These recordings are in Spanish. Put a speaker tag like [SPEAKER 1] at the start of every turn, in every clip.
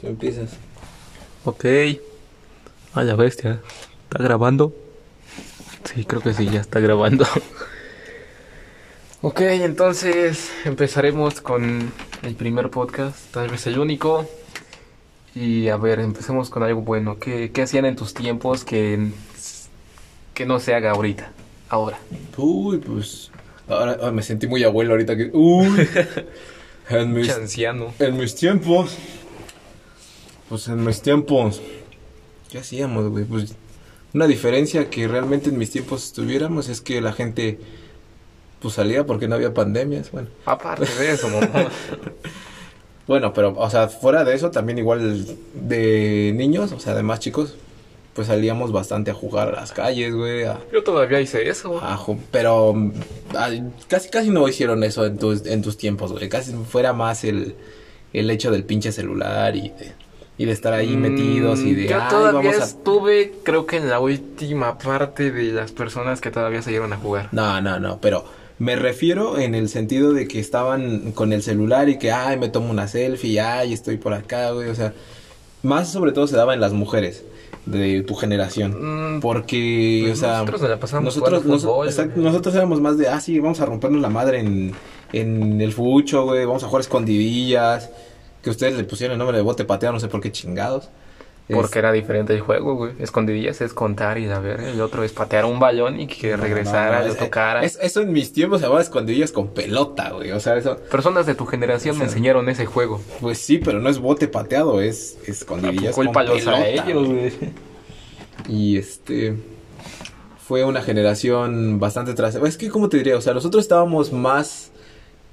[SPEAKER 1] Tú empiezas.
[SPEAKER 2] Ok. Ah, A la bestia. ¿Está grabando? Sí, creo que sí, ya está grabando. ok, entonces empezaremos con el primer podcast, tal vez el único. Y a ver, empecemos con algo bueno. ¿Qué, qué hacían en tus tiempos que, que no se haga ahorita? Ahora.
[SPEAKER 1] Uy, pues. Ahora ahora me sentí muy abuelo ahorita que. Uy. en, mis,
[SPEAKER 2] Pinche anciano.
[SPEAKER 1] en mis tiempos. Pues en mis tiempos. ¿Qué hacíamos, güey? Pues. Una diferencia que realmente en mis tiempos tuviéramos es que la gente. Pues salía porque no había pandemias. Bueno.
[SPEAKER 2] Aparte de eso, mamá.
[SPEAKER 1] Bueno, pero, o sea, fuera de eso, también igual de niños, o sea, de más chicos, pues salíamos bastante a jugar a las calles, güey, a,
[SPEAKER 2] Yo todavía hice eso.
[SPEAKER 1] a ju- pero mm, al- casi casi no hicieron eso en tus, en tus tiempos, güey, casi fuera más el, el hecho del pinche celular y de, y de estar ahí metidos y de,
[SPEAKER 2] Mm, Yo
[SPEAKER 1] "Ay,
[SPEAKER 2] todavía
[SPEAKER 1] vamos a...
[SPEAKER 2] estuve, creo que en la última parte de las personas que todavía salieron a jugar.
[SPEAKER 1] No, no, no, pero me refiero en el sentido de que estaban con el celular y que, ay, me tomo una selfie, ay, estoy por acá, güey, o sea, más sobre todo se daba en las mujeres de tu generación.
[SPEAKER 2] Mm,
[SPEAKER 1] Porque,
[SPEAKER 2] pues
[SPEAKER 1] o sea,
[SPEAKER 2] nosotros nos la pasábamos
[SPEAKER 1] nosotros,
[SPEAKER 2] jugando
[SPEAKER 1] nos-
[SPEAKER 2] fútbol,
[SPEAKER 1] exacto,
[SPEAKER 2] güey.
[SPEAKER 1] nosotros éramos más de, ah, sí, vamos a rompernos la madre en, en el fucho, güey, vamos a jugar escondidillas, que ustedes le pusieron el nombre de bote pateado, no sé por qué chingados.
[SPEAKER 2] Porque era diferente el juego, güey. Escondidillas es contar y saber. El otro es patear un balón y que
[SPEAKER 1] No, no,
[SPEAKER 2] regresara,
[SPEAKER 1] no,
[SPEAKER 2] lo
[SPEAKER 1] es-
[SPEAKER 2] tocara.
[SPEAKER 1] es- eso en mis tiempos se llamaba escondidillas con pelota, güey, o sea, eso...
[SPEAKER 2] Personas de tu generación me enseñaron ese juego.
[SPEAKER 1] Pues sí, pero no es bote pateado, es es escondidillas
[SPEAKER 2] Tampoco el
[SPEAKER 1] con
[SPEAKER 2] palos a
[SPEAKER 1] pelota,
[SPEAKER 2] ellos,
[SPEAKER 1] güey.
[SPEAKER 2] güey.
[SPEAKER 1] Y este fue una generación bastante tras. Es que cómo te diría, o sea, nosotros estábamos más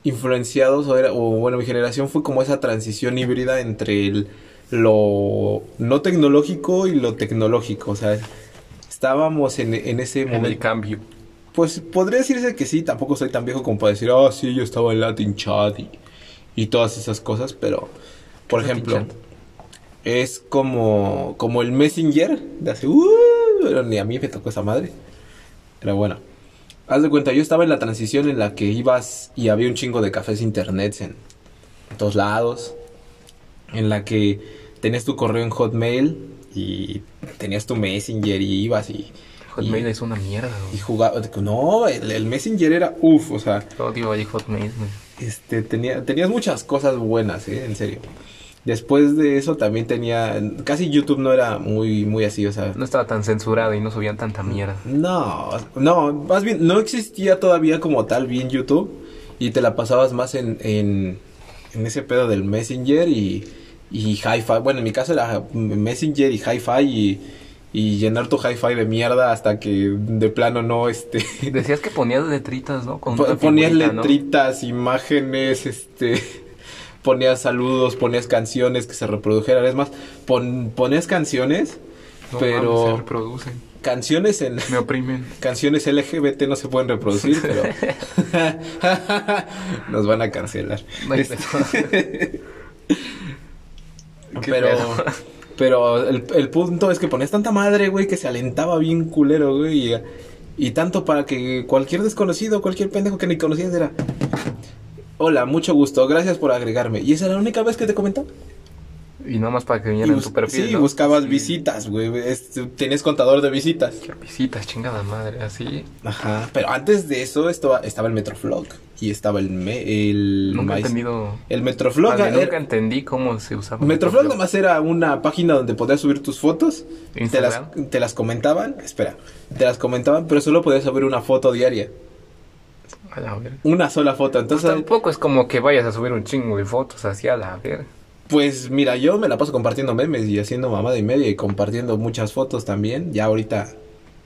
[SPEAKER 1] influenciados o era- o bueno, mi generación fue como esa transición híbrida entre el- lo no tecnológico y lo tecnológico, o sea, estábamos en, en ese
[SPEAKER 2] En el
[SPEAKER 1] momento.
[SPEAKER 2] cambio.
[SPEAKER 1] Pues podría decirse que sí, tampoco soy tan viejo como para decir, ah, sí, yo estaba en Latin Chat y, y todas esas cosas, pero, por
[SPEAKER 2] es Latin
[SPEAKER 1] ejemplo,
[SPEAKER 2] Chat?
[SPEAKER 1] es como, como el Messenger de hace, uh, pero ni a mí me tocó esa madre, pero bueno. Haz de cuenta, yo estaba en la transición en la que ibas y había un chingo de cafés e internets en todos lados, en la que tenías tu correo en Hotmail y tenías tu Messenger y ibas y...
[SPEAKER 2] Hotmail es una mierda,
[SPEAKER 1] Y
[SPEAKER 2] güey.
[SPEAKER 1] jugaba. No, el, el Messenger era uff, o sea,
[SPEAKER 2] Odio el Hotmail, güey.
[SPEAKER 1] este, tenía, tenías muchas cosas buenas, ¿eh? en serio. Después de eso también tenía. Casi YouTube no era muy, muy así, o sea.
[SPEAKER 2] No estaba tan censurado y no subían tanta mierda.
[SPEAKER 1] No, no, más bien, no existía todavía como tal bien YouTube. Y te la pasabas más en, en, en ese pedo del Messenger y, y Hi-Fi. Bueno, en mi caso era Messenger y Hi-Fi y, y llenar tu Hi-Fi de mierda hasta que de plano no, este.
[SPEAKER 2] Decías que ponías letritas, ¿no? Con
[SPEAKER 1] Po-
[SPEAKER 2] una
[SPEAKER 1] ponías
[SPEAKER 2] figurita, ¿no?
[SPEAKER 1] letritas, imágenes, este, ponías saludos, ponías canciones que se reprodujeran. Es más, pon- ponías canciones,
[SPEAKER 2] No
[SPEAKER 1] pero
[SPEAKER 2] mames, se reproducen.
[SPEAKER 1] canciones en
[SPEAKER 2] Me oprimen.
[SPEAKER 1] canciones LGBT no se pueden reproducir, pero nos van a cancelar.
[SPEAKER 2] No hay
[SPEAKER 1] Este,
[SPEAKER 2] Qué
[SPEAKER 1] pero,
[SPEAKER 2] pedo.
[SPEAKER 1] pero el, el punto es que ponías tanta madre, güey, que se alentaba bien culero, güey. Y, y tanto para que cualquier desconocido, cualquier pendejo que ni conocías era. Hola, mucho gusto, gracias por agregarme. Y esa era la única vez que te comentaba.
[SPEAKER 2] Y nada más para que
[SPEAKER 1] Y
[SPEAKER 2] vinieran en
[SPEAKER 1] bus-
[SPEAKER 2] tu perfil.
[SPEAKER 1] sí,
[SPEAKER 2] ¿no?
[SPEAKER 1] buscabas visitas, güey. es- Tenías contador de visitas.
[SPEAKER 2] Qué visitas, chingada madre, así.
[SPEAKER 1] Ajá. Pero antes de eso estaba, estaba el Metroflog. Y estaba el, me- el
[SPEAKER 2] Nunca he
[SPEAKER 1] Myspace.
[SPEAKER 2] entendido.
[SPEAKER 1] El Metroflog
[SPEAKER 2] Madre,
[SPEAKER 1] era-
[SPEAKER 2] nunca entendí cómo se usaba.
[SPEAKER 1] Metroflog nomás era una página donde podías subir tus fotos, te las,
[SPEAKER 2] Instagram.
[SPEAKER 1] te las comentaban, espera, te las comentaban, pero solo podías subir una foto diaria,
[SPEAKER 2] A la ver.
[SPEAKER 1] una sola foto.
[SPEAKER 2] Pues
[SPEAKER 1] Entonces,
[SPEAKER 2] tampoco es como que vayas a subir un chingo de fotos así a la ver.
[SPEAKER 1] pues mira, yo me la paso compartiendo memes y haciendo mamada y media y compartiendo muchas fotos también, ya ahorita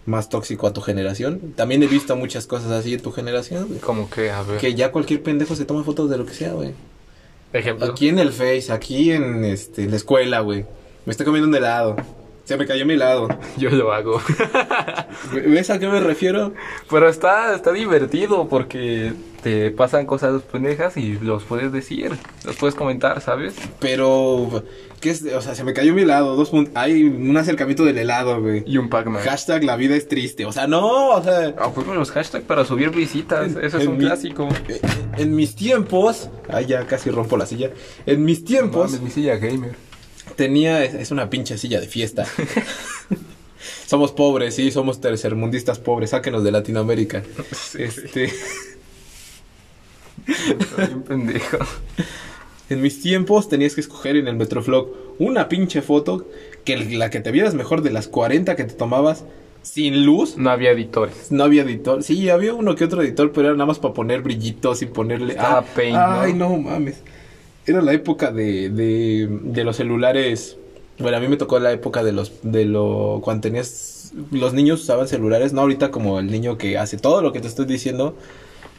[SPEAKER 1] más tóxico a tu generación. También he visto muchas cosas así de tu generación, güey,
[SPEAKER 2] Como que, a ver.
[SPEAKER 1] que ya cualquier pendejo se toma fotos de lo que sea, güey.
[SPEAKER 2] Ejemplo.
[SPEAKER 1] Aquí en el Face, aquí en este, en la escuela, güey. Me estoy comiendo un helado. Se me cayó mi helado.
[SPEAKER 2] Yo lo hago.
[SPEAKER 1] ¿Ves a qué me refiero?
[SPEAKER 2] Pero está, está divertido porque te pasan cosas pendejas y los puedes decir. Los puedes comentar, ¿sabes?
[SPEAKER 1] Pero, ¿qué es? O sea, se me cayó mi helado. Dos pun- Hay un acercamiento del helado, güey.
[SPEAKER 2] Y un Pac-Man.
[SPEAKER 1] Hashtag la vida es triste. O sea, no, o sea.
[SPEAKER 2] Ah, pues, los hashtags para subir visitas. Eso es
[SPEAKER 1] en
[SPEAKER 2] un
[SPEAKER 1] mi-
[SPEAKER 2] clásico.
[SPEAKER 1] eh, En mis tiempos. Ay, ya casi rompo la silla. En mis tiempos.
[SPEAKER 2] Mames, mi silla gamer.
[SPEAKER 1] tenía, es, es una pinche silla de fiesta. somos pobres, sí, somos tercermundistas pobres, sáquenos de Latinoamérica. Este,
[SPEAKER 2] Está bien pendejo.
[SPEAKER 1] en mis tiempos tenías que escoger en el Metroflog una pinche foto que la que te vieras mejor de las 40 que te tomabas sin luz.
[SPEAKER 2] No había editores.
[SPEAKER 1] No había editor. Sí, había uno que otro editor, pero era nada más para poner brillitos y ponerle. ah,
[SPEAKER 2] Estaba Paint, ¿no?
[SPEAKER 1] Ay, no mames. Era la época de, de, de los celulares. Bueno, a mí me tocó la época de los. de lo. cuando tenías. Los niños usaban celulares, no ahorita como el niño que hace todo lo que te estoy diciendo.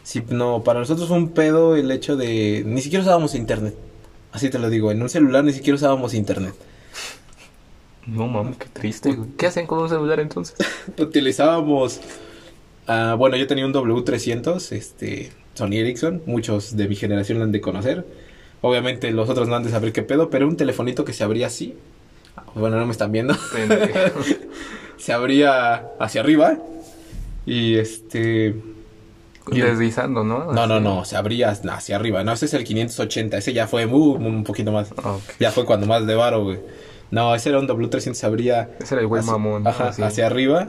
[SPEAKER 1] Sí, no, para nosotros fue un pedo el hecho de. Ni siquiera usábamos internet. Así te lo digo, en un celular ni siquiera usábamos internet.
[SPEAKER 2] No mames, qué triste, güey. ¿Qué hacen con un celular entonces?
[SPEAKER 1] Utilizábamos. ah, bueno, yo tenía un W300, este, Sony Ericsson. Muchos de mi generación lo han de conocer. Obviamente los otros no han de saber qué pedo, pero un telefonito que se abría así. Bueno, no me están viendo.
[SPEAKER 2] Pendejo.
[SPEAKER 1] se abría hacia arriba. Y este.
[SPEAKER 2] Deslizando, ¿no?
[SPEAKER 1] No, no, no, se abría hacia arriba. No, ese es el 580. Ese ya fue uh, un poquito más.
[SPEAKER 2] Ah, ok.
[SPEAKER 1] Ya fue cuando más de varo, güey. No, ese era un W300, se abría.
[SPEAKER 2] Ese era el güey
[SPEAKER 1] hacia-
[SPEAKER 2] mamón, ¿no?
[SPEAKER 1] Ajá,
[SPEAKER 2] Así. E,
[SPEAKER 1] hacia arriba.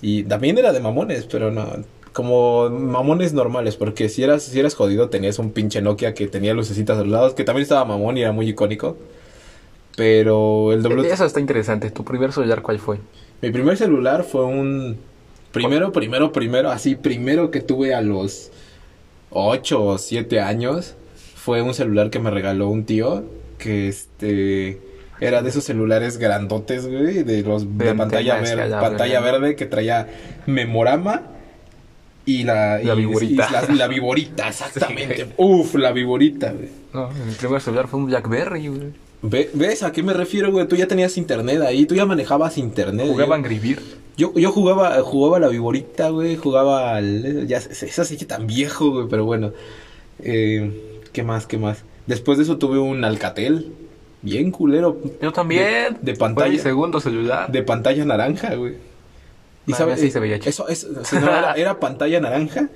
[SPEAKER 1] Y también era de mamones, pero no. Como mamones normales, porque si eras, si eras jodido tenías un pinche Nokia que tenía lucecitas a los lados, que también estaba mamón y era muy icónico. Pero el
[SPEAKER 2] Eh,
[SPEAKER 1] W300.
[SPEAKER 2] Eso está interesante. ¿Tu primer celular cuál fue?
[SPEAKER 1] Mi primer celular fue un. Primero, primero, primero, así, primero que tuve a los 8 o 7 años, fue un celular que me regaló un tío, que este. Era de esos celulares grandotes, güey, de los de,
[SPEAKER 2] De
[SPEAKER 1] pantalla,
[SPEAKER 2] antenas,
[SPEAKER 1] ver-
[SPEAKER 2] que ya
[SPEAKER 1] pantalla
[SPEAKER 2] abrían.
[SPEAKER 1] verde que traía memorama y la, y-
[SPEAKER 2] La viborita.
[SPEAKER 1] y la, la viborita, exactamente. Uf, la viborita, güey.
[SPEAKER 2] No, mi primer celular fue un Blackberry, güey.
[SPEAKER 1] Ve- ¿Ves a qué me refiero, güey? Tú ya tenías internet ahí, tú ya manejabas internet.
[SPEAKER 2] Jugaba
[SPEAKER 1] yo-
[SPEAKER 2] Angry Bird.
[SPEAKER 1] yo, yo jugaba, jugaba a la viborita, güey, jugaba al... Ya, sé- es así que tan viejo, güey, pero bueno. Eh, ¿Qué más, qué más? Después de eso tuve un Alcatel, bien culero,
[SPEAKER 2] Yo también.
[SPEAKER 1] De- de
[SPEAKER 2] Fue mi
[SPEAKER 1] pantalla.
[SPEAKER 2] segundo celular.
[SPEAKER 1] de pantalla naranja, güey. Y
[SPEAKER 2] Ah,
[SPEAKER 1] sabes,
[SPEAKER 2] sí se veía chido.
[SPEAKER 1] eso, eso, o sea, no, era, era pantalla naranja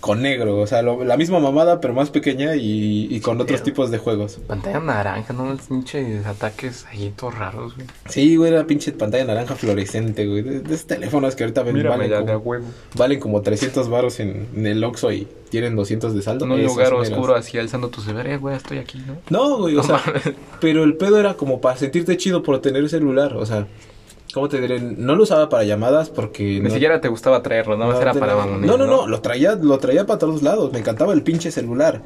[SPEAKER 1] con negro, o sea, lo- la misma mamada, pero más pequeña y, y con otros
[SPEAKER 2] Pero-
[SPEAKER 1] tipos de juegos.
[SPEAKER 2] Pantalla naranja, ¿no? Pinches ataques ahí todos raros, güey.
[SPEAKER 1] Sí, güey, era pinche pantalla naranja fluorescente, güey, de, de esos teléfonos que ahorita ven- valen,
[SPEAKER 2] ya
[SPEAKER 1] como,
[SPEAKER 2] huevo.
[SPEAKER 1] valen como 300 varos en, en el Oxxo y tienen 200 de saldo.
[SPEAKER 2] En un
[SPEAKER 1] Esos
[SPEAKER 2] lugar
[SPEAKER 1] meros.
[SPEAKER 2] oscuro así alzando tu celular. Eh, güey, estoy aquí, ¿no?
[SPEAKER 1] No, güey, o
[SPEAKER 2] No
[SPEAKER 1] sea,
[SPEAKER 2] mames.
[SPEAKER 1] pero el pedo era como para sentirte chido por tener celular, o sea, ¿cómo te diré? No lo usaba para llamadas porque...
[SPEAKER 2] Ni
[SPEAKER 1] no-
[SPEAKER 2] siquiera te gustaba traerlo, nada más
[SPEAKER 1] no
[SPEAKER 2] era
[SPEAKER 1] te-
[SPEAKER 2] para mamonear,
[SPEAKER 1] No, no, no, lo traía, lo traía para todos lados, me encantaba el pinche celular,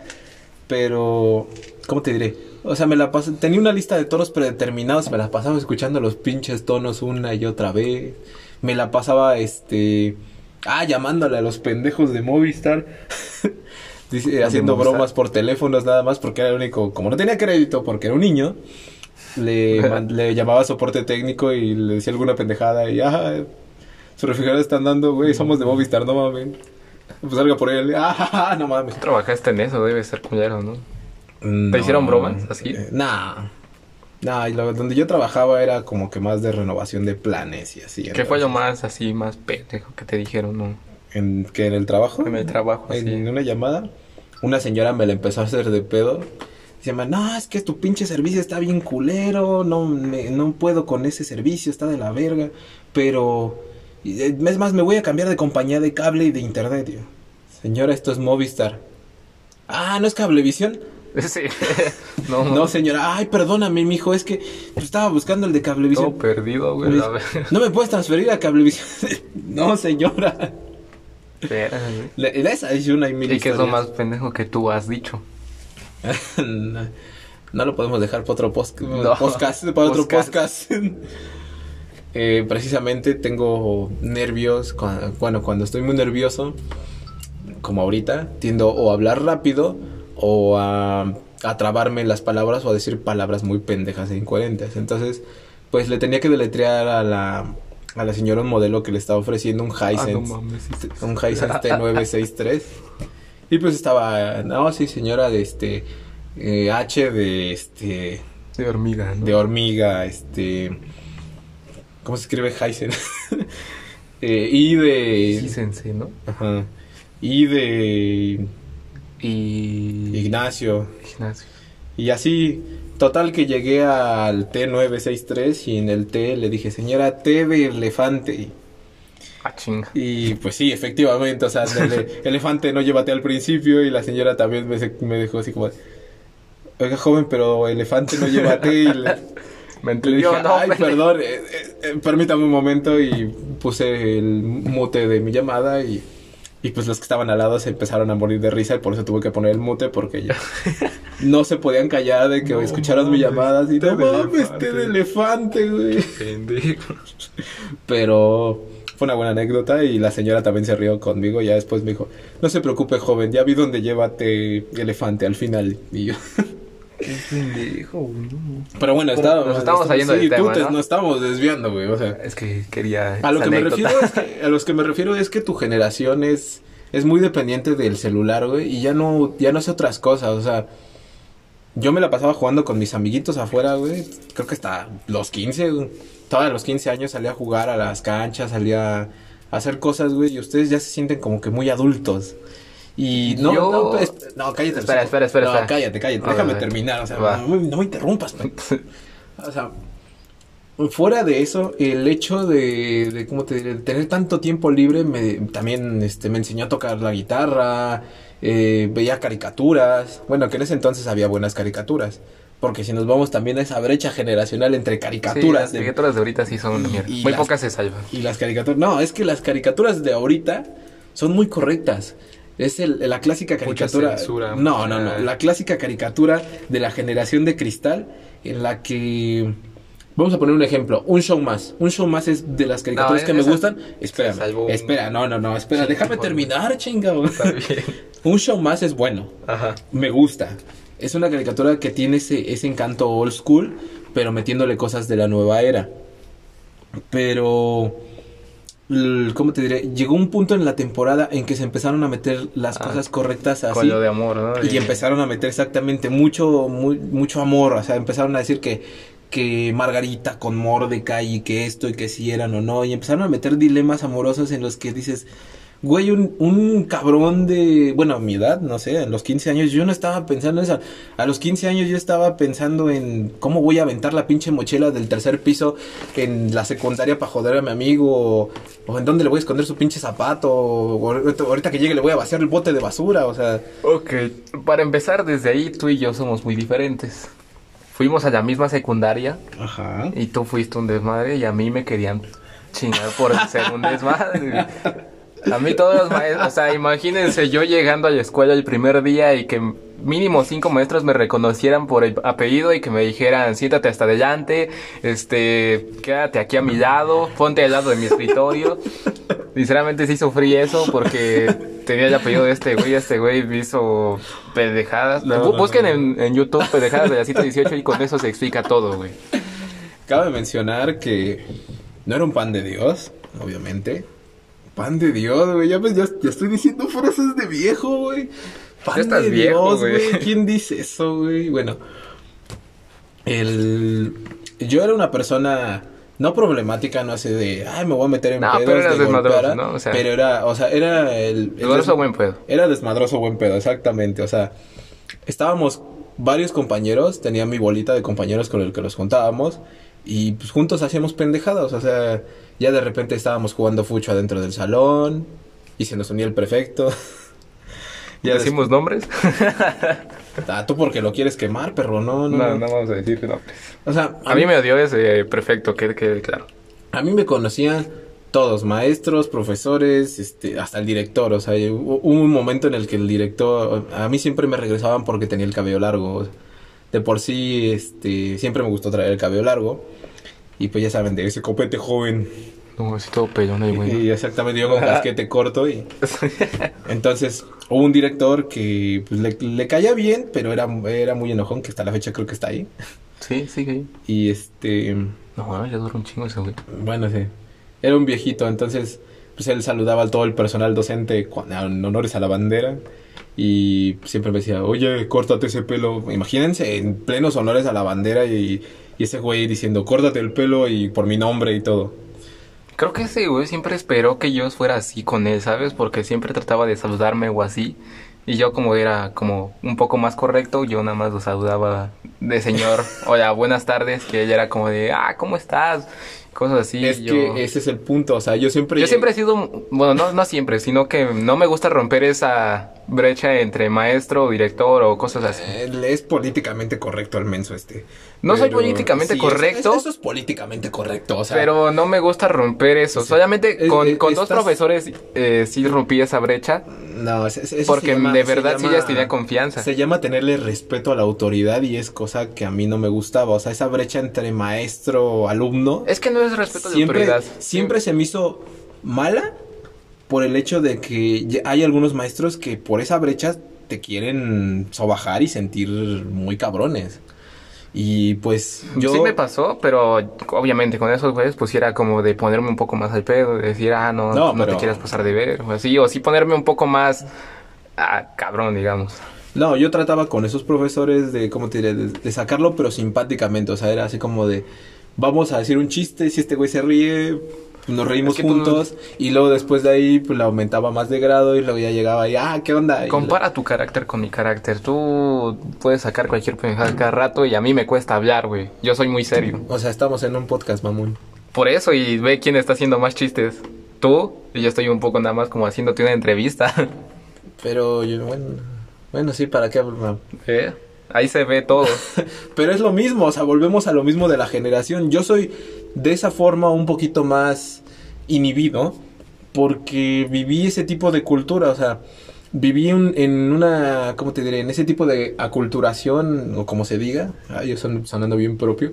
[SPEAKER 1] pero... ¿Cómo te diré? O sea, me la pasé, tenía una lista de toros predeterminados, me la pasaba escuchando los pinches tonos una y otra vez, me la pasaba, este... Ah, llamándole a los pendejos de Movistar. Dice, eh,
[SPEAKER 2] de
[SPEAKER 1] haciendo
[SPEAKER 2] Movistar.
[SPEAKER 1] bromas por teléfonos nada más porque era el único, como no tenía crédito porque era un niño, le, man- le llamaba a soporte técnico y le decía alguna pendejada y ah, su refrigerador está andando, güey, somos de Movistar, no mames. Pues salga por él, ah, no mames.
[SPEAKER 2] Trabajaste en eso, debe ser culero, ¿no?
[SPEAKER 1] No.
[SPEAKER 2] hicieron bromas, así?
[SPEAKER 1] Eh, Nah. Nah, y lo- donde yo trabajaba era como que más de renovación de planes y así.
[SPEAKER 2] ¿Qué fue lo más así, más pendejo que te dijeron, no?
[SPEAKER 1] En, que en el trabajo.
[SPEAKER 2] En el trabajo, así.
[SPEAKER 1] en una llamada, una señora me la empezó a hacer de pedo. Se llama, no, es que tu pinche servicio está bien culero, no, me- no puedo con ese servicio, está de la verga, pero y, eh, es más, me voy a cambiar de compañía de cable y de internet. Y yo, Señora, esto es Movistar. Ah, ¿no es Cablevisión?
[SPEAKER 2] Sí. no,
[SPEAKER 1] No, señora, ay, perdóname, mijo, es que yo estaba buscando el de Cablevisión.
[SPEAKER 2] todo perdido, pues, güey. la ver-
[SPEAKER 1] no me puedes transferir a Cablevisión. no, señora.
[SPEAKER 2] Verga, güey.
[SPEAKER 1] La- Esa es una y mil
[SPEAKER 2] ¿Y qué es lo
[SPEAKER 1] historias.
[SPEAKER 2] más pendejo que tú has dicho?
[SPEAKER 1] no, no lo podemos dejar para otro pos-
[SPEAKER 2] No.
[SPEAKER 1] podcast. Para otro
[SPEAKER 2] Podcast.
[SPEAKER 1] podcast. Eh, precisamente tengo nervios. cua- bueno, cuando estoy muy nervioso, como ahorita, tiendo o a hablar rápido o a, a trabarme las palabras o a decir palabras muy pendejas e incoherentes. Entonces, pues le tenía que deletrear a la, a la señora un modelo que le estaba ofreciendo un
[SPEAKER 2] Ah, no
[SPEAKER 1] Hisense
[SPEAKER 2] mames. sí, sí, sí.
[SPEAKER 1] un Hisense T963. Y pues estaba, no, sí, señora de este eh, H de este
[SPEAKER 2] De hormiga, ¿no?
[SPEAKER 1] de hormiga, este ¿Cómo se escribe Heisen? Eh, I de
[SPEAKER 2] Sí, sensei, ¿no?
[SPEAKER 1] ajá, I de
[SPEAKER 2] Y...
[SPEAKER 1] Ignacio
[SPEAKER 2] Ignacio.
[SPEAKER 1] y así Total que llegué al T963 y en el T le dije, señora T de elefante.
[SPEAKER 2] Ah, chinga.
[SPEAKER 1] Y pues sí, efectivamente, o sea, el ele- elefante no llévate al principio y la señora también me, se- me dejó así como, de, oiga joven, pero elefante no llévate. Y le,
[SPEAKER 2] Me
[SPEAKER 1] le dije,
[SPEAKER 2] entendió, no,
[SPEAKER 1] ay,
[SPEAKER 2] me-
[SPEAKER 1] perdón, eh, eh, eh, permítame un momento y puse el mute de mi llamada y, y pues los que estaban al lado se empezaron a morir de risa y por eso tuve que poner el mute porque ya no se podían callar de que
[SPEAKER 2] No
[SPEAKER 1] escucharon mi
[SPEAKER 2] mames,
[SPEAKER 1] llamada así,
[SPEAKER 2] té
[SPEAKER 1] no
[SPEAKER 2] de
[SPEAKER 1] mames, té de elefante, güey.
[SPEAKER 2] Pendejo.
[SPEAKER 1] Pero fue una buena anécdota y la señora también se rió conmigo. Ya después me dijo, no se preocupe, joven, ya vi dónde llévate elefante al final. Y yo,
[SPEAKER 2] Qué pendejo, güey, no.
[SPEAKER 1] pero bueno,
[SPEAKER 2] Pero
[SPEAKER 1] estábamos,
[SPEAKER 2] nos estamos saliendo del
[SPEAKER 1] sí, tú
[SPEAKER 2] tema,
[SPEAKER 1] te-
[SPEAKER 2] ¿no?
[SPEAKER 1] nos estamos desviando, güey. O sea,
[SPEAKER 2] Es que quería.
[SPEAKER 1] a lo
[SPEAKER 2] esa
[SPEAKER 1] que me
[SPEAKER 2] anécdota.
[SPEAKER 1] refiero es que, a los que me refiero es que tu generación es, es muy dependiente del celular, güey, y ya no, ya no hace otras cosas. O sea, yo me la pasaba jugando con mis amiguitos afuera, güey. Creo que hasta los 15, güey. Estaba a los 15 años, salía a jugar a las canchas, salía a hacer cosas, güey. Y ustedes ya se sienten como que muy adultos. Y no,
[SPEAKER 2] Yo-
[SPEAKER 1] no, pues, no, cállate.
[SPEAKER 2] Espera,
[SPEAKER 1] hocico.
[SPEAKER 2] espera, espera,
[SPEAKER 1] No,
[SPEAKER 2] espera.
[SPEAKER 1] cállate, cállate.
[SPEAKER 2] A ver,
[SPEAKER 1] Déjame
[SPEAKER 2] a ver.
[SPEAKER 1] terminar, o sea,
[SPEAKER 2] Va.
[SPEAKER 1] no, me- no me interrumpas, güey. O sea, fuera de eso, el hecho de, de, ¿cómo te diré? de tener tanto tiempo libre me, también este, me enseñó a tocar la guitarra, eh, veía caricaturas. Bueno, que en ese entonces había buenas caricaturas. Porque si nos vamos también a esa brecha generacional entre
[SPEAKER 2] Sí, las
[SPEAKER 1] caricaturas de-
[SPEAKER 2] caricaturas de ahorita sí son una
[SPEAKER 1] Y-
[SPEAKER 2] mierda.
[SPEAKER 1] y
[SPEAKER 2] Muy
[SPEAKER 1] las-
[SPEAKER 2] pocas se salvan.
[SPEAKER 1] y las caricaturas... No, es que las caricaturas de ahorita son muy correctas. Es el- la clásica
[SPEAKER 2] Mucha
[SPEAKER 1] caricatura...
[SPEAKER 2] censura,
[SPEAKER 1] no,
[SPEAKER 2] mucha-
[SPEAKER 1] no, no. La clásica caricatura de la generación de cristal en la que... Vamos a poner un ejemplo. Un show más. Un show más es de las caricaturas
[SPEAKER 2] No,
[SPEAKER 1] que me
[SPEAKER 2] esa-
[SPEAKER 1] gustan. Espérame.
[SPEAKER 2] se salvó un-
[SPEAKER 1] Espera, no, no, no. Espera,
[SPEAKER 2] Sí,
[SPEAKER 1] déjame
[SPEAKER 2] por-
[SPEAKER 1] terminar, chingado.
[SPEAKER 2] Está bien.
[SPEAKER 1] un show más es bueno
[SPEAKER 2] Ajá.
[SPEAKER 1] me gusta. Es una caricatura que tiene ese, ese encanto old school, pero metiéndole cosas de la nueva era. Pero, l- ¿cómo te diré? Llegó un punto en la temporada en que se empezaron a meter las
[SPEAKER 2] Ah,
[SPEAKER 1] cosas correctas así.
[SPEAKER 2] Con lo de amor, ¿no?
[SPEAKER 1] Y empezaron a meter exactamente mucho, mu- mucho amor. O sea, empezaron a decir que, que Margarita con Mordecai y que esto y que si eran o no. Y empezaron a meter dilemas amorosos en los que dices, güey, un, un cabrón de. Bueno, a mi edad, no sé, a los 15 años yo no estaba pensando en eso. A los 15 años yo estaba pensando en cómo voy a aventar la pinche mochila del tercer piso en la secundaria para joder a mi amigo. O, o en dónde le voy a esconder su pinche zapato. O, ahorita- ahorita que llegue le voy a vaciar el bote de basura. O sea.
[SPEAKER 2] Ok, para empezar, desde ahí tú y yo somos muy diferentes. Fuimos a la misma secundaria
[SPEAKER 1] Ajá.
[SPEAKER 2] y tú fuiste un desmadre y a mí me querían chingar por ser un desmadre. A mí todos los maestros, o sea, imagínense yo llegando a la escuela el primer día y que mínimo cinco maestros me reconocieran por el apellido y que me dijeran, siéntate hasta adelante, este, quédate aquí a mi lado, ponte al lado de mi escritorio. Sinceramente sí sufrí eso porque tenía el apellido de este güey, este güey me hizo pendejadas.
[SPEAKER 1] No,
[SPEAKER 2] Bu-
[SPEAKER 1] no,
[SPEAKER 2] Busquen
[SPEAKER 1] no.
[SPEAKER 2] En, en YouTube pendejadas de la 118 y con eso se explica todo, güey.
[SPEAKER 1] Cabe mencionar que no era un pan de Dios, obviamente. Pan de Dios, güey. Ya, me- ya- ya estoy diciendo frases de viejo, güey. Pan
[SPEAKER 2] Ya estás
[SPEAKER 1] de
[SPEAKER 2] viejo,
[SPEAKER 1] Dios,
[SPEAKER 2] güey.
[SPEAKER 1] güey. ¿Quién dice eso, güey? Bueno, el... yo era una persona no problemática, no sé de, ay, me voy a meter en
[SPEAKER 2] No,
[SPEAKER 1] pedos
[SPEAKER 2] pero eras
[SPEAKER 1] de golpear
[SPEAKER 2] desmadroso,
[SPEAKER 1] a-".
[SPEAKER 2] ¿no? O sea-
[SPEAKER 1] pero era, o sea, era el, el
[SPEAKER 2] Desmadroso
[SPEAKER 1] des-
[SPEAKER 2] buen pedo.
[SPEAKER 1] era desmadroso buen pedo, exactamente. O sea, estábamos varios compañeros, tenía mi bolita de compañeros con el que nos juntábamos y pues juntos hacíamos pendejadas. O sea, ya de repente estábamos jugando fucho adentro del salón y se nos unía el prefecto.
[SPEAKER 2] ¿Ya
[SPEAKER 1] ya decimos,
[SPEAKER 2] decimos nombres?
[SPEAKER 1] ah, tú porque lo quieres quemar, perro, no, no. no.
[SPEAKER 2] vamos a decir nombres.
[SPEAKER 1] O sea,
[SPEAKER 2] A mí me odió ese prefecto, que quede claro.
[SPEAKER 1] A mí me conocían todos, maestros, profesores, este, hasta el director. O sea, hubo hubo un momento en el que el director, a mí siempre me regresaban porque tenía el cabello largo. De por sí, este, siempre me gustó traer el cabello largo. Y pues ya saben, de ese copete joven.
[SPEAKER 2] No, es todo pelón ahí, güey.
[SPEAKER 1] Y exactamente yo con casquete corto y... Entonces, hubo un director que pues, le, le caía bien, pero era, era muy enojón, que hasta la fecha creo que está ahí.
[SPEAKER 2] Sí, sí, güey.
[SPEAKER 1] Y este...
[SPEAKER 2] No, mames, ya dura un chingo ese, güey.
[SPEAKER 1] Bueno, sí. Era un viejito, entonces pues él saludaba a todo el personal docente con en honores a la bandera y siempre me decía, oye, córtate ese pelo. Imagínense, en plenos honores a la bandera y, y ese güey diciendo, córtate el pelo y por mi nombre y todo.
[SPEAKER 2] Creo que ese güey siempre esperó que yo fuera así con él, ¿sabes? Porque siempre trataba de saludarme o así. Y yo como era como un poco más correcto, yo nada más lo saludaba de señor, hola, buenas tardes, que ella era como de, ah, ¿cómo estás? Cosas así.
[SPEAKER 1] es
[SPEAKER 2] yo...
[SPEAKER 1] que ese es el punto, o sea, yo siempre...
[SPEAKER 2] Yo siempre he sido, bueno, no, no siempre, sino que no me gusta romper esa brecha entre maestro, director o cosas así.
[SPEAKER 1] Eh, Es políticamente correcto el menso este.
[SPEAKER 2] No soy
[SPEAKER 1] Pero-
[SPEAKER 2] políticamente
[SPEAKER 1] sí, es-
[SPEAKER 2] correcto.
[SPEAKER 1] es- eso es políticamente correcto, o sea...
[SPEAKER 2] pero no me gusta romper eso.
[SPEAKER 1] Sí.
[SPEAKER 2] Solamente
[SPEAKER 1] Es-
[SPEAKER 2] con,
[SPEAKER 1] es-
[SPEAKER 2] con dos
[SPEAKER 1] estás-
[SPEAKER 2] profesores eh, sí rompí esa brecha.
[SPEAKER 1] No, es- es- eso se
[SPEAKER 2] Porque
[SPEAKER 1] llama-
[SPEAKER 2] de
[SPEAKER 1] se
[SPEAKER 2] verdad sí
[SPEAKER 1] llama-
[SPEAKER 2] ellas tenía confianza.
[SPEAKER 1] Se llama tenerle respeto a la autoridad y es cosa que a mí no me gustaba. O sea, esa brecha entre maestro, alumno,
[SPEAKER 2] Es que no es respeto de
[SPEAKER 1] siempre,
[SPEAKER 2] autoridad.
[SPEAKER 1] siempre se me hizo mala por el hecho de que ya hay algunos maestros que por esa brecha te quieren sobajar y sentir muy cabrones. Y pues yo...
[SPEAKER 2] Sí me pasó, pero obviamente con esos güeyes pues sí era como de ponerme un poco más al pedo, de decir, ah, no,
[SPEAKER 1] No,
[SPEAKER 2] no, te
[SPEAKER 1] pero-
[SPEAKER 2] quieras pasar de ver, o así, o sí ponerme un poco más ah, cabrón, digamos.
[SPEAKER 1] No, yo trataba con esos profesores de, ¿cómo te diré? De, de sacarlo, pero simpáticamente. O sea, era así como de, vamos a decir un chiste, si este güey se ríe, nos reímos
[SPEAKER 2] Es que tú no-
[SPEAKER 1] juntos. Y luego después de ahí, pues le aumentaba más de grado y luego ya llegaba y, ah, ¿qué onda? Y
[SPEAKER 2] Compara tu carácter con mi carácter. Tú puedes sacar cualquier pendejada cada rato y a mí me cuesta hablar, güey. Yo soy muy serio.
[SPEAKER 1] la- o sea, estamos en un podcast, mamón.
[SPEAKER 2] Por eso, y ve quién está haciendo más chistes. Tú, y yo estoy un poco nada más como haciéndote una entrevista.
[SPEAKER 1] Pero, yo, bueno, bueno, sí, ¿para qué? hablar?
[SPEAKER 2] ¿Eh? Ahí se ve todo.
[SPEAKER 1] Pero es lo mismo, o sea, volvemos a lo mismo de la generación. Yo soy de esa forma un poquito más inhibido porque viví ese tipo de cultura, o sea, viví un- en una, ¿cómo te diré? En ese tipo de aculturación, o como se diga, ah, yo son, sonando bien propio,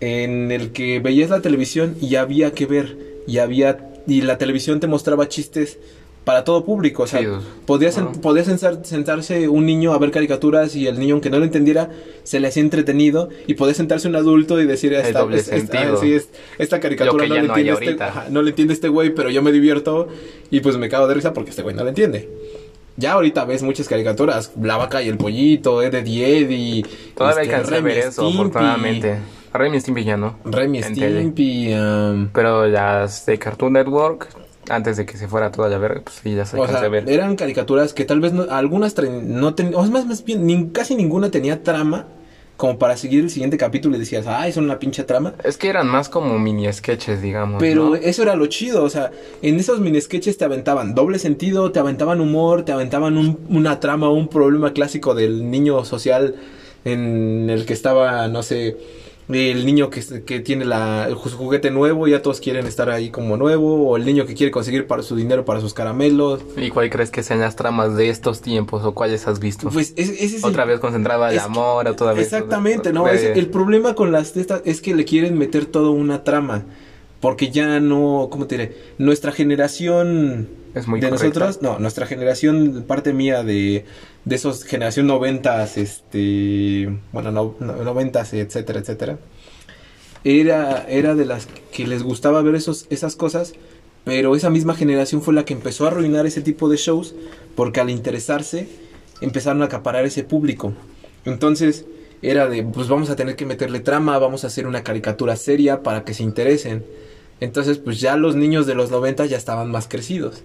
[SPEAKER 1] en el que veías la televisión y había que ver, y había, y la televisión te mostraba chistes para todo público, o sea,
[SPEAKER 2] Sí, o-
[SPEAKER 1] podías,
[SPEAKER 2] Ajá.
[SPEAKER 1] podía sensar- sentarse un niño a ver caricaturas y el niño, aunque no lo entendiera, se le hacía entretenido. Y podía sentarse un adulto y decir,
[SPEAKER 2] El doble
[SPEAKER 1] es- es-
[SPEAKER 2] sentido.
[SPEAKER 1] ah, sí, es- esta caricatura
[SPEAKER 2] que
[SPEAKER 1] no
[SPEAKER 2] ya
[SPEAKER 1] le,
[SPEAKER 2] no hay
[SPEAKER 1] entiende este,
[SPEAKER 2] ahorita.
[SPEAKER 1] ajá, no le entiende este güey, pero yo me divierto y pues me cago de risa porque este güey no le entiende. Ya ahorita ves muchas caricaturas, La Vaca y el Pollito, Ed, Ed y Eddie.
[SPEAKER 2] Todavía
[SPEAKER 1] este,
[SPEAKER 2] alcancé a
[SPEAKER 1] Remy
[SPEAKER 2] ver eso,
[SPEAKER 1] Stimpy,
[SPEAKER 2] afortunadamente. Remy Stimpy ya no.
[SPEAKER 1] Remy
[SPEAKER 2] En tele.
[SPEAKER 1] Stimpy, um,
[SPEAKER 2] Pero las de Cartoon Network, antes de que se fuera toda la verga, pues sí, ya se
[SPEAKER 1] O
[SPEAKER 2] alcancé
[SPEAKER 1] sea,
[SPEAKER 2] a ver.
[SPEAKER 1] eran caricaturas que tal vez no- algunas tre- no tenían, o es más, más bien, nin- casi ninguna tenía trama como para seguir el siguiente capítulo y decías, ah, es una pinche trama.
[SPEAKER 2] Es que eran más como mini sketches, digamos.
[SPEAKER 1] Pero
[SPEAKER 2] ¿no?
[SPEAKER 1] eso era lo chido, o sea, en esos mini sketches te aventaban doble sentido, te aventaban humor, te aventaban un- una trama, un problema clásico del niño social en el que estaba, no sé, el niño que, s- que tiene la, el ju- su juguete nuevo, ya todos quieren estar ahí como nuevo, o el niño que quiere conseguir para su dinero para sus caramelos.
[SPEAKER 2] ¿Y cuál crees que sean las tramas de estos tiempos o cuáles has visto?
[SPEAKER 1] Pues es- ese es el
[SPEAKER 2] otra vez concentrada el
[SPEAKER 1] es que-
[SPEAKER 2] amor, otra vez. Eh,
[SPEAKER 1] Exactamente, no,
[SPEAKER 2] de-
[SPEAKER 1] es- el problema con las de estas es que le quieren meter toda una trama, porque ya no, ¿cómo te diré? Nuestra generación
[SPEAKER 2] Es muy
[SPEAKER 1] de
[SPEAKER 2] correcta.
[SPEAKER 1] nosotros, no, nuestra generación, parte mía de, de esos generación noventas, este, bueno, no- no- noventas, etcétera, etcétera, era, era de las que les gustaba ver esos, esas cosas, pero esa misma generación fue la que empezó a arruinar ese tipo de shows, porque al interesarse, empezaron a acaparar ese público. Entonces, era de, pues vamos a tener que meterle trama, vamos a hacer una caricatura seria para que se interesen. Entonces, pues ya los niños de los 90 ya estaban más crecidos.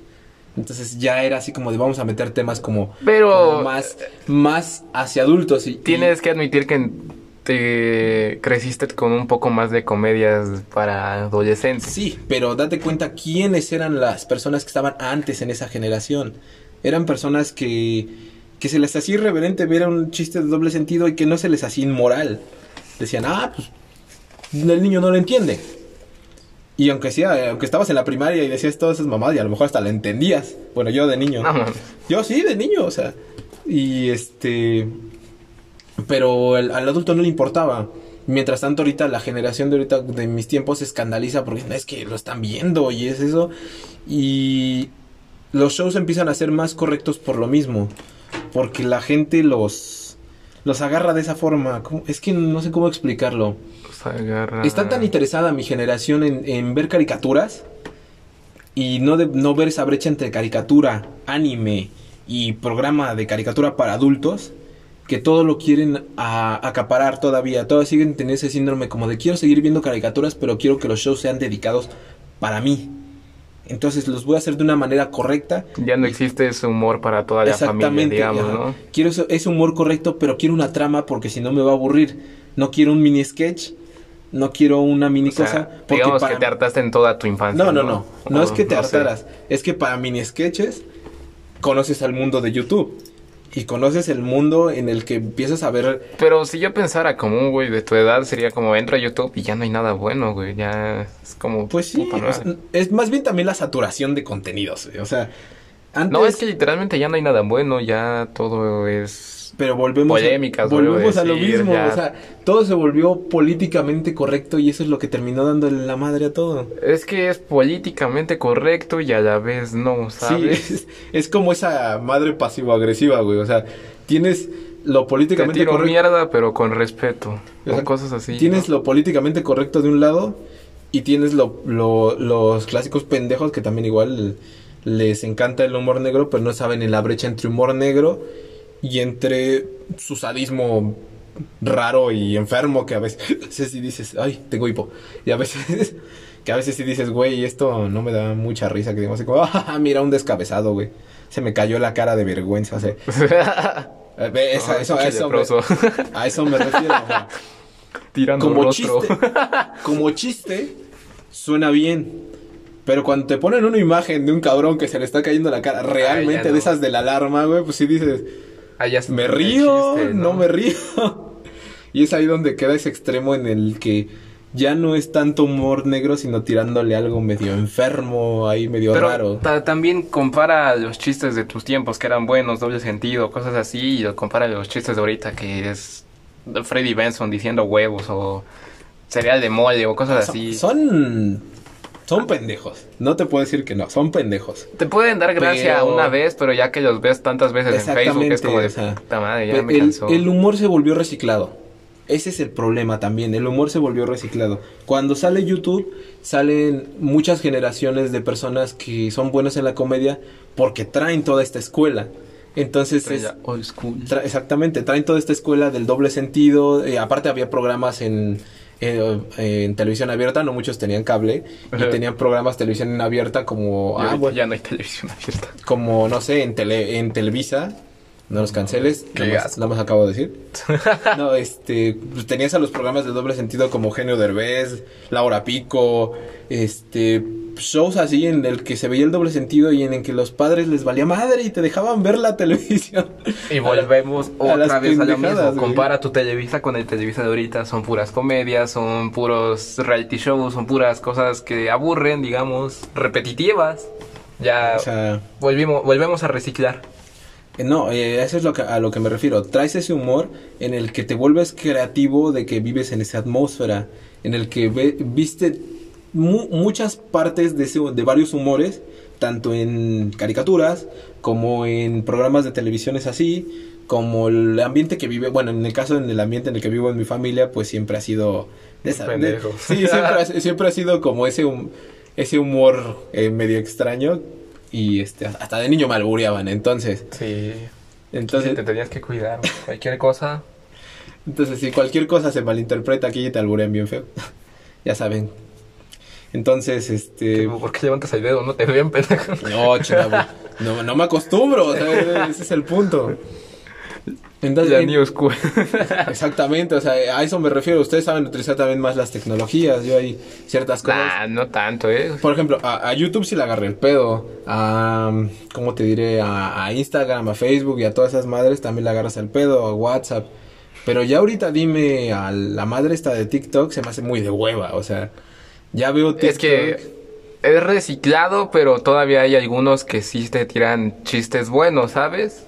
[SPEAKER 1] Entonces ya era así como de vamos a meter temas como, como
[SPEAKER 2] Pero
[SPEAKER 1] más, más hacia adultos. Y, y-
[SPEAKER 2] tienes que admitir que te creciste con un poco más de comedias para adolescentes.
[SPEAKER 1] Sí, pero date cuenta quiénes eran las personas que estaban antes en esa generación. Eran personas que, que se les hacía irreverente ver un chiste de doble sentido y que no se les hacía inmoral. Decían, ah, pues el niño no lo entiende. Y aunque sea, aunque estabas en la primaria y decías todas esas mamadas y a lo mejor hasta la entendías. Bueno, yo de niño.
[SPEAKER 2] No, man.
[SPEAKER 1] Yo sí, de niño, o sea. Y este. Pero el- al adulto no le importaba. Mientras tanto, ahorita la generación de ahorita de mis tiempos se escandaliza porque "No, es que lo están viendo y es eso. Y los shows empiezan a ser más correctos por lo mismo. Porque la gente los, los agarra de esa forma. ¿Cómo? Es que no sé cómo explicarlo.
[SPEAKER 2] Pues agarra-
[SPEAKER 1] Está tan interesada mi generación en, en ver caricaturas y no, de- no ver esa brecha entre caricatura, anime y programa de caricatura para adultos que todo lo quieren a- acaparar todavía. Todos siguen teniendo ese síndrome como de quiero seguir viendo caricaturas, pero quiero que los shows sean dedicados para mí. Entonces los voy a hacer de una manera correcta.
[SPEAKER 2] Ya no existe ese humor para toda la familia, digamos,
[SPEAKER 1] ajá.
[SPEAKER 2] ¿no?
[SPEAKER 1] Quiero eso- ese humor correcto, pero quiero una trama porque si no me va a aburrir. No quiero un mini sketch, no quiero una mini
[SPEAKER 2] O sea,
[SPEAKER 1] cosa. porque
[SPEAKER 2] digamos
[SPEAKER 1] para-
[SPEAKER 2] que te hartaste en toda tu infancia.
[SPEAKER 1] No, no, no. No
[SPEAKER 2] O,
[SPEAKER 1] es que te
[SPEAKER 2] sé.
[SPEAKER 1] hartaras. Es que para mini sketches conoces al mundo de YouTube. Y conoces el mundo en el que empiezas a ver.
[SPEAKER 2] Pero si yo pensara como un güey de tu edad, sería como entro a YouTube y ya no hay nada bueno, güey. Ya es como.
[SPEAKER 1] Pues sí,
[SPEAKER 2] puta
[SPEAKER 1] o sea,
[SPEAKER 2] madre.
[SPEAKER 1] es más bien también la saturación de contenidos. güey. O sea, antes.
[SPEAKER 2] No, es que literalmente ya no hay nada bueno, ya todo es.
[SPEAKER 1] Pero volvemos,
[SPEAKER 2] Polémicas,
[SPEAKER 1] a, volvemos
[SPEAKER 2] vuelvo a
[SPEAKER 1] a lo
[SPEAKER 2] decir,
[SPEAKER 1] mismo.
[SPEAKER 2] ya.
[SPEAKER 1] O sea, todo se volvió políticamente correcto y eso es lo que terminó dándole la madre a todo.
[SPEAKER 2] Es que es políticamente correcto y a la vez no,
[SPEAKER 1] Sí,
[SPEAKER 2] ¿sabes?
[SPEAKER 1] es, es como esa madre pasivo-agresiva, güey. O sea, tienes lo
[SPEAKER 2] Te
[SPEAKER 1] políticamente
[SPEAKER 2] tiro
[SPEAKER 1] correcto.
[SPEAKER 2] mierda, pero con respeto.
[SPEAKER 1] O sea,
[SPEAKER 2] o cosas así.
[SPEAKER 1] Tienes
[SPEAKER 2] ¿no?
[SPEAKER 1] lo políticamente correcto de un lado y tienes lo- lo- los clásicos pendejos que también igual les encanta el humor negro, pero no saben en la brecha entre humor negro y entre su sadismo raro y enfermo que a veces, a veces sí dices, ay, tengo hipo. Y a veces que a veces sí dices, güey, esto no me da mucha risa, que digo así como, "Ah, mira un descabezado, güey. Se me cayó la cara de vergüenza, o sea, eh, ve, esa-
[SPEAKER 2] Ay,
[SPEAKER 1] eso,
[SPEAKER 2] Ah, pinche
[SPEAKER 1] eso me-
[SPEAKER 2] leproso.
[SPEAKER 1] a eso me refiero. ajá.
[SPEAKER 2] Tirando
[SPEAKER 1] como
[SPEAKER 2] rostro.
[SPEAKER 1] chiste, como chiste, suena bien. Pero cuando te ponen una imagen de un cabrón que se le está cayendo la cara, realmente
[SPEAKER 2] Ay, ya no.
[SPEAKER 1] de esas de la alarma, güey, pues sí dices,
[SPEAKER 2] Ah, ya está
[SPEAKER 1] me
[SPEAKER 2] el
[SPEAKER 1] río,
[SPEAKER 2] chiste,
[SPEAKER 1] no me río. Y es ahí donde queda ese extremo en el que ya no es tanto humor negro, sino tirándole algo medio enfermo, ahí medio
[SPEAKER 2] Pero
[SPEAKER 1] raro.
[SPEAKER 2] ta- también compara los chistes de tus tiempos que eran buenos, doble sentido, cosas así, y lo compara a los chistes de ahorita que es Freddy Benson diciendo huevos o cereal de mole o cosas así.
[SPEAKER 1] Son, son pendejos. No te puedo decir que no, son pendejos.
[SPEAKER 2] Te pueden dar gracia
[SPEAKER 1] Pero-
[SPEAKER 2] una vez, pero ya que los ves tantas veces en Facebook es
[SPEAKER 1] Exactamente,
[SPEAKER 2] como de
[SPEAKER 1] o sea,
[SPEAKER 2] puta madre, ya
[SPEAKER 1] Pe-
[SPEAKER 2] me
[SPEAKER 1] el,
[SPEAKER 2] cansó.
[SPEAKER 1] el humor se volvió reciclado. Ese es el problema también. El humor se volvió reciclado. Cuando sale YouTube, salen muchas generaciones de personas que son buenas en la comedia porque traen toda esta escuela. Entonces, es-
[SPEAKER 2] Estrella old school.
[SPEAKER 1] tra- exactamente, traen toda esta escuela del doble sentido. eh, aparte, había programas en, eh, en televisión abierta, no muchos tenían cable,
[SPEAKER 2] Ajá.
[SPEAKER 1] y tenían programas de televisión abierta
[SPEAKER 2] Y
[SPEAKER 1] como. ah,
[SPEAKER 2] ahorita
[SPEAKER 1] bueno,
[SPEAKER 2] ya no hay televisión abierta.
[SPEAKER 1] como no sé, en tele, en Televisa, no los canceles,
[SPEAKER 2] Qué
[SPEAKER 1] nada más,
[SPEAKER 2] asco.
[SPEAKER 1] nada más acabo de decir. No, este, pues, tenías a los programas de doble sentido como Genio Derbez, Laura Pico, este, shows así en el que se veía el doble sentido y en el que los padres les valía madre y te dejaban ver la televisión.
[SPEAKER 2] Y volvemos
[SPEAKER 1] a las
[SPEAKER 2] otra vez a lo
[SPEAKER 1] pendejadas,
[SPEAKER 2] mismo.
[SPEAKER 1] güey.
[SPEAKER 2] Compara tu Televisa con el Televisa de ahorita. Son puras comedias, son puros reality shows, son puras cosas que aburren, digamos, repetitivas. Ya
[SPEAKER 1] O sea,
[SPEAKER 2] volvimos, volvemos a reciclar.
[SPEAKER 1] Eh, No, eh, eso es lo que, a lo que me refiero. Traes ese humor en el que te vuelves creativo de que vives en esa atmósfera, en el que ve- viste mu- muchas partes de, ese- de varios humores, tanto en caricaturas como en programas de televisiones así, como el ambiente que vive, bueno, en el caso en el ambiente en el que vivo en mi familia, pues siempre ha sido de esa- de-
[SPEAKER 2] Pendejo.
[SPEAKER 1] sí, siempre ha, siempre ha sido como ese hum- ese humor eh, medio extraño y este hasta de niño me albureaban, entonces
[SPEAKER 2] Sí. Entonces te
[SPEAKER 1] entonces,
[SPEAKER 2] tenías que cuidar. güey. Cualquier cosa.
[SPEAKER 1] entonces, si cualquier cosa se malinterpreta aquí, te alburean bien feo. ya saben. Entonces, este.
[SPEAKER 2] ¿Por qué levantas el dedo? No te ven, pendejo.
[SPEAKER 1] No, chavo. No, no me acostumbro. o sea, ese es el punto.
[SPEAKER 2] Ya
[SPEAKER 1] Entonces,
[SPEAKER 2] ni oscuro.
[SPEAKER 1] exactamente. O sea, a eso me refiero. Ustedes saben utilizar también más las tecnologías. Yo hay ciertas cosas.
[SPEAKER 2] Nah, no tanto, ¿eh?
[SPEAKER 1] Por ejemplo, a, a YouTube sí le agarré el pedo. A, mm, ¿cómo te diré? A, a Instagram, a Facebook y a todas esas madres también le agarras el pedo. A WhatsApp. Pero ya ahorita dime, a la madre esta de TikTok se me hace muy de hueva. O sea, ya veo TikTok.
[SPEAKER 2] Es que es reciclado, pero todavía hay algunos que sí te tiran chistes buenos, ¿sabes?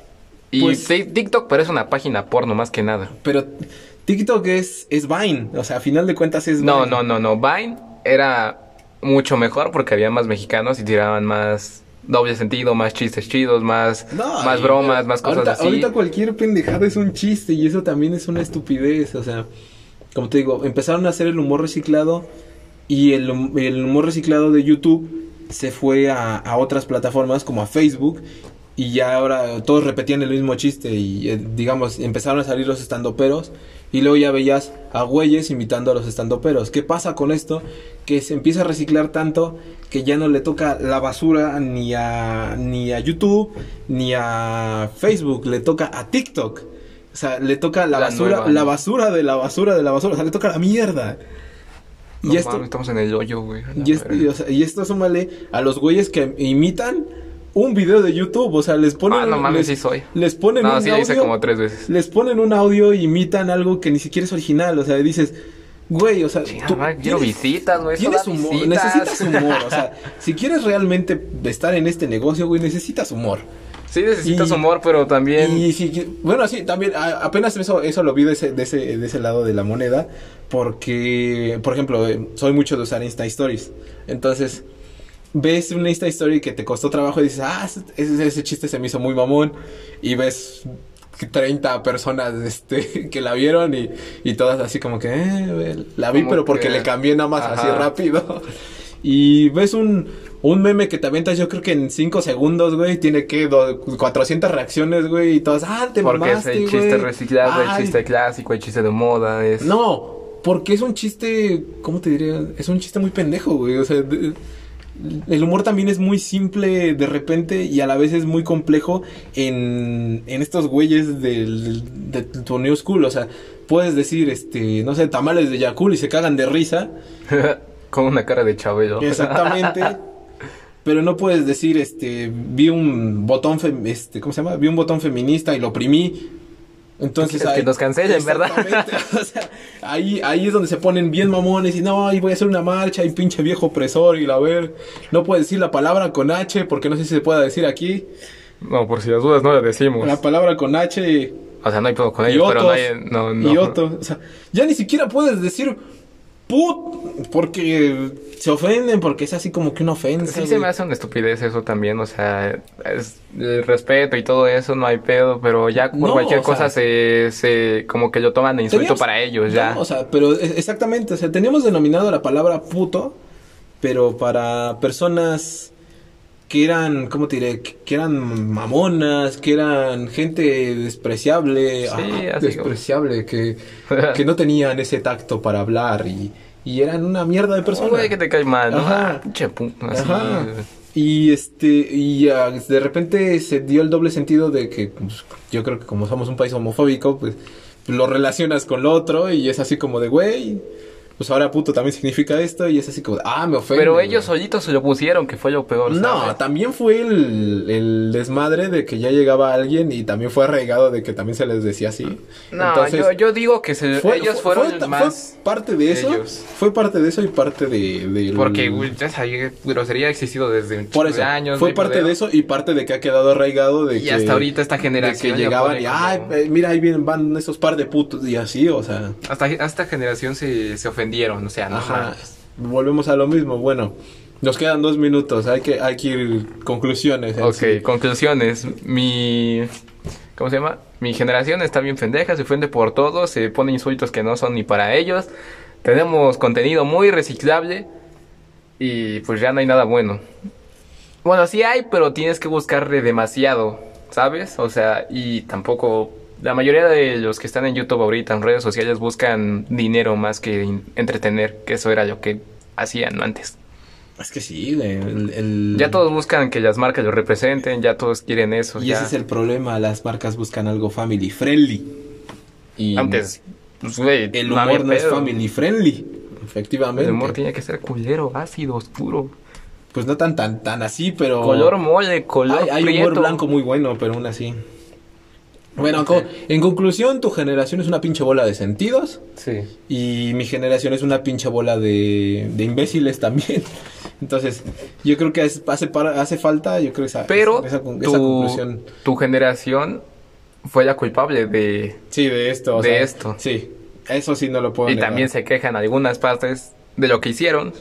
[SPEAKER 2] Y
[SPEAKER 1] Pues-
[SPEAKER 2] sí, TikTok parece una página porno más que nada.
[SPEAKER 1] Pero TikTok es, es Vine. O sea, a final de cuentas es
[SPEAKER 2] No,
[SPEAKER 1] Vine.
[SPEAKER 2] no, no, no. Vine era mucho mejor porque había más mexicanos y tiraban más doble sentido, más chistes chidos, más,
[SPEAKER 1] No,
[SPEAKER 2] más
[SPEAKER 1] y-
[SPEAKER 2] bromas, más cosas
[SPEAKER 1] ahorita,
[SPEAKER 2] así.
[SPEAKER 1] Ahorita cualquier pendejada es un chiste y eso también es una estupidez. O sea, como te digo, empezaron a hacer el humor reciclado y el, hum- el humor reciclado de YouTube se fue a, a otras plataformas como a Facebook y ya ahora todos repetían el mismo chiste y eh, digamos empezaron a salir los estandoperos Y luego ya veías a güeyes imitando a los estandoperos. ¿Qué pasa con esto? Que se empieza a reciclar tanto que ya no le toca la basura ni a, ni a YouTube, ni a Facebook, le toca a TikTok. O sea, le toca la,
[SPEAKER 2] La
[SPEAKER 1] basura,
[SPEAKER 2] nueva,
[SPEAKER 1] la
[SPEAKER 2] ¿no?
[SPEAKER 1] basura de la basura de la basura. O sea, le toca la mierda.
[SPEAKER 2] No
[SPEAKER 1] y esto,
[SPEAKER 2] mames, estamos en el hoyo, güey. a la
[SPEAKER 1] y, es-
[SPEAKER 2] verga.
[SPEAKER 1] y, o sea, y esto súmale a los güeyes que imitan un video de YouTube. O sea, les ponen.
[SPEAKER 2] Ah, no mames,
[SPEAKER 1] les,
[SPEAKER 2] sí soy.
[SPEAKER 1] les ponen
[SPEAKER 2] No,
[SPEAKER 1] un
[SPEAKER 2] sí, la hice
[SPEAKER 1] audio-
[SPEAKER 2] como tres veces.
[SPEAKER 1] les ponen un audio y imitan algo que ni siquiera es original. O sea, dices, güey, o sea,
[SPEAKER 2] Chinga,
[SPEAKER 1] tú
[SPEAKER 2] madre, quiero
[SPEAKER 1] tienes-
[SPEAKER 2] visitas, güey. eso
[SPEAKER 1] tienes
[SPEAKER 2] da
[SPEAKER 1] humor,
[SPEAKER 2] visitas.
[SPEAKER 1] necesitas humor. O sea, si quieres realmente estar en este negocio, güey, necesitas humor.
[SPEAKER 2] Sí, necesitas
[SPEAKER 1] Y-
[SPEAKER 2] humor, pero también.
[SPEAKER 1] Y si, bueno, sí, también a- apenas eso, eso lo vi de ese, de, ese, de ese lado de la moneda, porque, por ejemplo, eh, soy mucho de usar Insta Stories. Entonces, ves una Insta Story que te costó trabajo y dices, ah, ese, ese chiste se me hizo muy mamón, y ves 30 personas este, que la vieron y, y todas así como que, "Eh, la vi,
[SPEAKER 2] Como
[SPEAKER 1] pero porque
[SPEAKER 2] que-
[SPEAKER 1] le cambié nada más así
[SPEAKER 2] Ajá.
[SPEAKER 1] rápido. Y ves un, un meme que te aventas, yo creo que en 5 segundos, güey, tiene que do- 400 reacciones, güey, y todas, ah, te
[SPEAKER 2] Porque es
[SPEAKER 1] mamaste,
[SPEAKER 2] el chiste
[SPEAKER 1] güey.
[SPEAKER 2] reciclado, el
[SPEAKER 1] Ay,
[SPEAKER 2] chiste clásico, el chiste de moda. Es...
[SPEAKER 1] No, porque es un chiste, ¿cómo te diría? Es un chiste muy pendejo, güey, o sea, de- el humor también es muy simple de repente y a la vez es muy complejo en, en estos güeyes del, de tu new school, o sea, puedes decir, este, no sé, tamales de Yakul y se cagan de risa,
[SPEAKER 2] Con una cara de chabelo.
[SPEAKER 1] Exactamente. Pero no puedes decir, este, vi un botón, fem- este, ¿cómo se llama? Vi un botón feminista y lo oprimí. Entonces
[SPEAKER 2] Que- que
[SPEAKER 1] ahí-
[SPEAKER 2] nos cancelen, ¿verdad?
[SPEAKER 1] Exactamente. O sea, ahí, ahí es donde se ponen bien mamones y no, ahí voy a hacer una marcha y pinche viejo opresor y la ver. No puedes decir la palabra con H porque no sé si se pueda decir aquí.
[SPEAKER 2] No, por si las dudas no le decimos.
[SPEAKER 1] La palabra con H
[SPEAKER 2] O sea, no hay pedo con
[SPEAKER 1] Y
[SPEAKER 2] ellos, Pues pero
[SPEAKER 1] otros,
[SPEAKER 2] nadie. No, no.
[SPEAKER 1] y otro. O sea, ya ni siquiera puedes decir put porque se ofenden, porque es así como que una ofensa.
[SPEAKER 2] Sí, se
[SPEAKER 1] güey.
[SPEAKER 2] me hace una estupidez eso también, o sea, es- el respeto y todo eso, no hay pedo, pero ya por
[SPEAKER 1] No,
[SPEAKER 2] cualquier
[SPEAKER 1] o sea,
[SPEAKER 2] cosa se, se, como que lo toman de insulto
[SPEAKER 1] Teníamos-
[SPEAKER 2] para ellos, ya.
[SPEAKER 1] No, o sea, pero e- exactamente, o sea, teníamos denominado la palabra puto, pero para personas que eran, ¿cómo te diré? Que que eran mamonas, que eran gente despreciable,
[SPEAKER 2] Sí,
[SPEAKER 1] ah,
[SPEAKER 2] así como-
[SPEAKER 1] despreciable, que, que no tenían ese tacto para hablar y, y eran una mierda de
[SPEAKER 2] Un
[SPEAKER 1] personas.
[SPEAKER 2] güey que te cae mal, ¿no?
[SPEAKER 1] Ajá.
[SPEAKER 2] Ah, pinche puto, así.
[SPEAKER 1] Ajá. Y este, y ah, de repente se dio el doble sentido de que pues, yo creo que como somos un país homofóbico, pues lo relacionas con lo otro y es así como de, güey, pues ahora puto también significa esto y es así como, de, ah, me ofende.
[SPEAKER 2] Pero
[SPEAKER 1] güey".
[SPEAKER 2] ellos solitos se lo pusieron, que fue lo peor.
[SPEAKER 1] No,
[SPEAKER 2] ¿sabes?
[SPEAKER 1] también fue el, el desmadre de que ya llegaba alguien y también fue arraigado de que también se les decía así.
[SPEAKER 2] No, yo, yo digo que se-
[SPEAKER 1] fue-
[SPEAKER 2] ellos
[SPEAKER 1] fue-
[SPEAKER 2] fueron
[SPEAKER 1] fue-
[SPEAKER 2] más.
[SPEAKER 1] fue parte de eso.
[SPEAKER 2] ellos.
[SPEAKER 1] Fue parte de eso y parte de... del-
[SPEAKER 2] Porque, güey, ya sabía, grosería ha existido desde un
[SPEAKER 1] Mm. Por
[SPEAKER 2] chingo
[SPEAKER 1] eso,
[SPEAKER 2] de años.
[SPEAKER 1] fue
[SPEAKER 2] no hay
[SPEAKER 1] parte
[SPEAKER 2] pedo.
[SPEAKER 1] de eso y parte de que ha quedado arraigado de
[SPEAKER 2] Y
[SPEAKER 1] que...
[SPEAKER 2] hasta ahorita esta
[SPEAKER 1] De
[SPEAKER 2] generación.
[SPEAKER 1] que
[SPEAKER 2] ya
[SPEAKER 1] llegaban
[SPEAKER 2] pone
[SPEAKER 1] y,
[SPEAKER 2] como-
[SPEAKER 1] ay, eh, mira, ahí vienen, van esos par de putos y así, o sea...
[SPEAKER 2] Hasta, hasta esta generación se, se ofendieron, o sea, no
[SPEAKER 1] Ajá,
[SPEAKER 2] mames.
[SPEAKER 1] volvemos a lo mismo, bueno, nos quedan dos minutos, hay que, hay que ir conclusiones. en
[SPEAKER 2] Ok,
[SPEAKER 1] sí.
[SPEAKER 2] conclusiones. Mi. ¿Cómo se llama? Mi generación está bien pendeja, se ofende por todo, se pone insultos que no son ni para ellos. Tenemos contenido muy reciclable y pues ya no hay nada bueno. Bueno, sí hay, pero tienes que buscarle demasiado, ¿sabes? O sea, y tampoco. La mayoría de los que están en YouTube ahorita, en redes sociales, buscan dinero más que in- entretener, que eso era lo que hacían antes.
[SPEAKER 1] Es que sí, güey, el... el-
[SPEAKER 2] Ya todos buscan que las marcas lo representen, ya todos quieren eso.
[SPEAKER 1] Mm. Y
[SPEAKER 2] ya.
[SPEAKER 1] ese es el problema, las marcas buscan algo family friendly. Y
[SPEAKER 2] Antes, pues, güey,
[SPEAKER 1] El
[SPEAKER 2] no
[SPEAKER 1] humor
[SPEAKER 2] había
[SPEAKER 1] no es
[SPEAKER 2] pedo.
[SPEAKER 1] family friendly, efectivamente.
[SPEAKER 2] El humor tenía que ser culero, ácido, oscuro.
[SPEAKER 1] Pues no tan, tan, tan así, pero...
[SPEAKER 2] Color mole, color
[SPEAKER 1] Hay, hay humor
[SPEAKER 2] prieto.
[SPEAKER 1] blanco muy bueno, pero aún así. Bueno, co- en conclusión, tu generación es una pinche bola de sentidos
[SPEAKER 2] Sí.
[SPEAKER 1] y mi generación es una pinche bola de, de imbéciles también. Entonces, yo creo que es- hace, par- hace falta, yo creo esa,
[SPEAKER 2] Pero
[SPEAKER 1] esa, esa con- esa
[SPEAKER 2] tu,
[SPEAKER 1] conclusión.
[SPEAKER 2] tu generación fue la culpable de...
[SPEAKER 1] Sí, de esto. o
[SPEAKER 2] de
[SPEAKER 1] sea,
[SPEAKER 2] esto.
[SPEAKER 1] Sí, eso sí no lo puedo
[SPEAKER 2] Y
[SPEAKER 1] negar.
[SPEAKER 2] también se quejan algunas partes de lo que hicieron,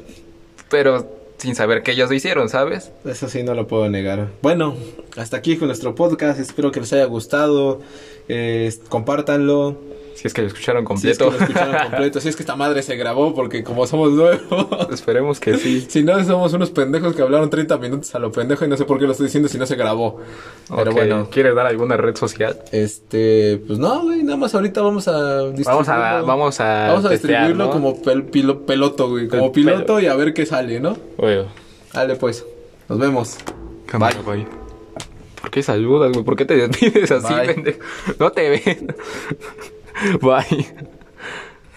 [SPEAKER 2] pero sin saber que ellos lo hicieron, ¿sabes?
[SPEAKER 1] Eso sí, no lo puedo negar. Bueno, hasta aquí con nuestro podcast. Espero que les haya gustado. Eh, compártanlo.
[SPEAKER 2] Si es que lo escucharon
[SPEAKER 1] Si es que
[SPEAKER 2] completo.
[SPEAKER 1] lo escucharon completo, si es que esta madre se grabó porque como somos nuevos.
[SPEAKER 2] Esperemos que sí.
[SPEAKER 1] Si no, somos unos pendejos que hablaron 30 minutos a lo pendejo y no sé por qué lo estoy diciendo si no se grabó. Pero
[SPEAKER 2] Ok,
[SPEAKER 1] bueno,
[SPEAKER 2] ¿Quieres dar alguna red social?
[SPEAKER 1] este, pues no, güey, nada más ahorita vamos a
[SPEAKER 2] Vamos a,
[SPEAKER 1] distribuirlo.
[SPEAKER 2] vamos a,
[SPEAKER 1] Vamos a
[SPEAKER 2] testear,
[SPEAKER 1] distribuirlo
[SPEAKER 2] ¿no?
[SPEAKER 1] como pel- pilo- peloto, güey, como
[SPEAKER 2] Pel-
[SPEAKER 1] piloto
[SPEAKER 2] pelo.
[SPEAKER 1] y a ver qué sale, ¿no?
[SPEAKER 2] Oye,
[SPEAKER 1] Dale pues, nos vemos.
[SPEAKER 2] cámara,
[SPEAKER 1] Bye.
[SPEAKER 2] güey. ¿Por qué saludas, güey? ¿Por qué te despides así,
[SPEAKER 1] Bye.
[SPEAKER 2] pendejo? No te ven. Bye.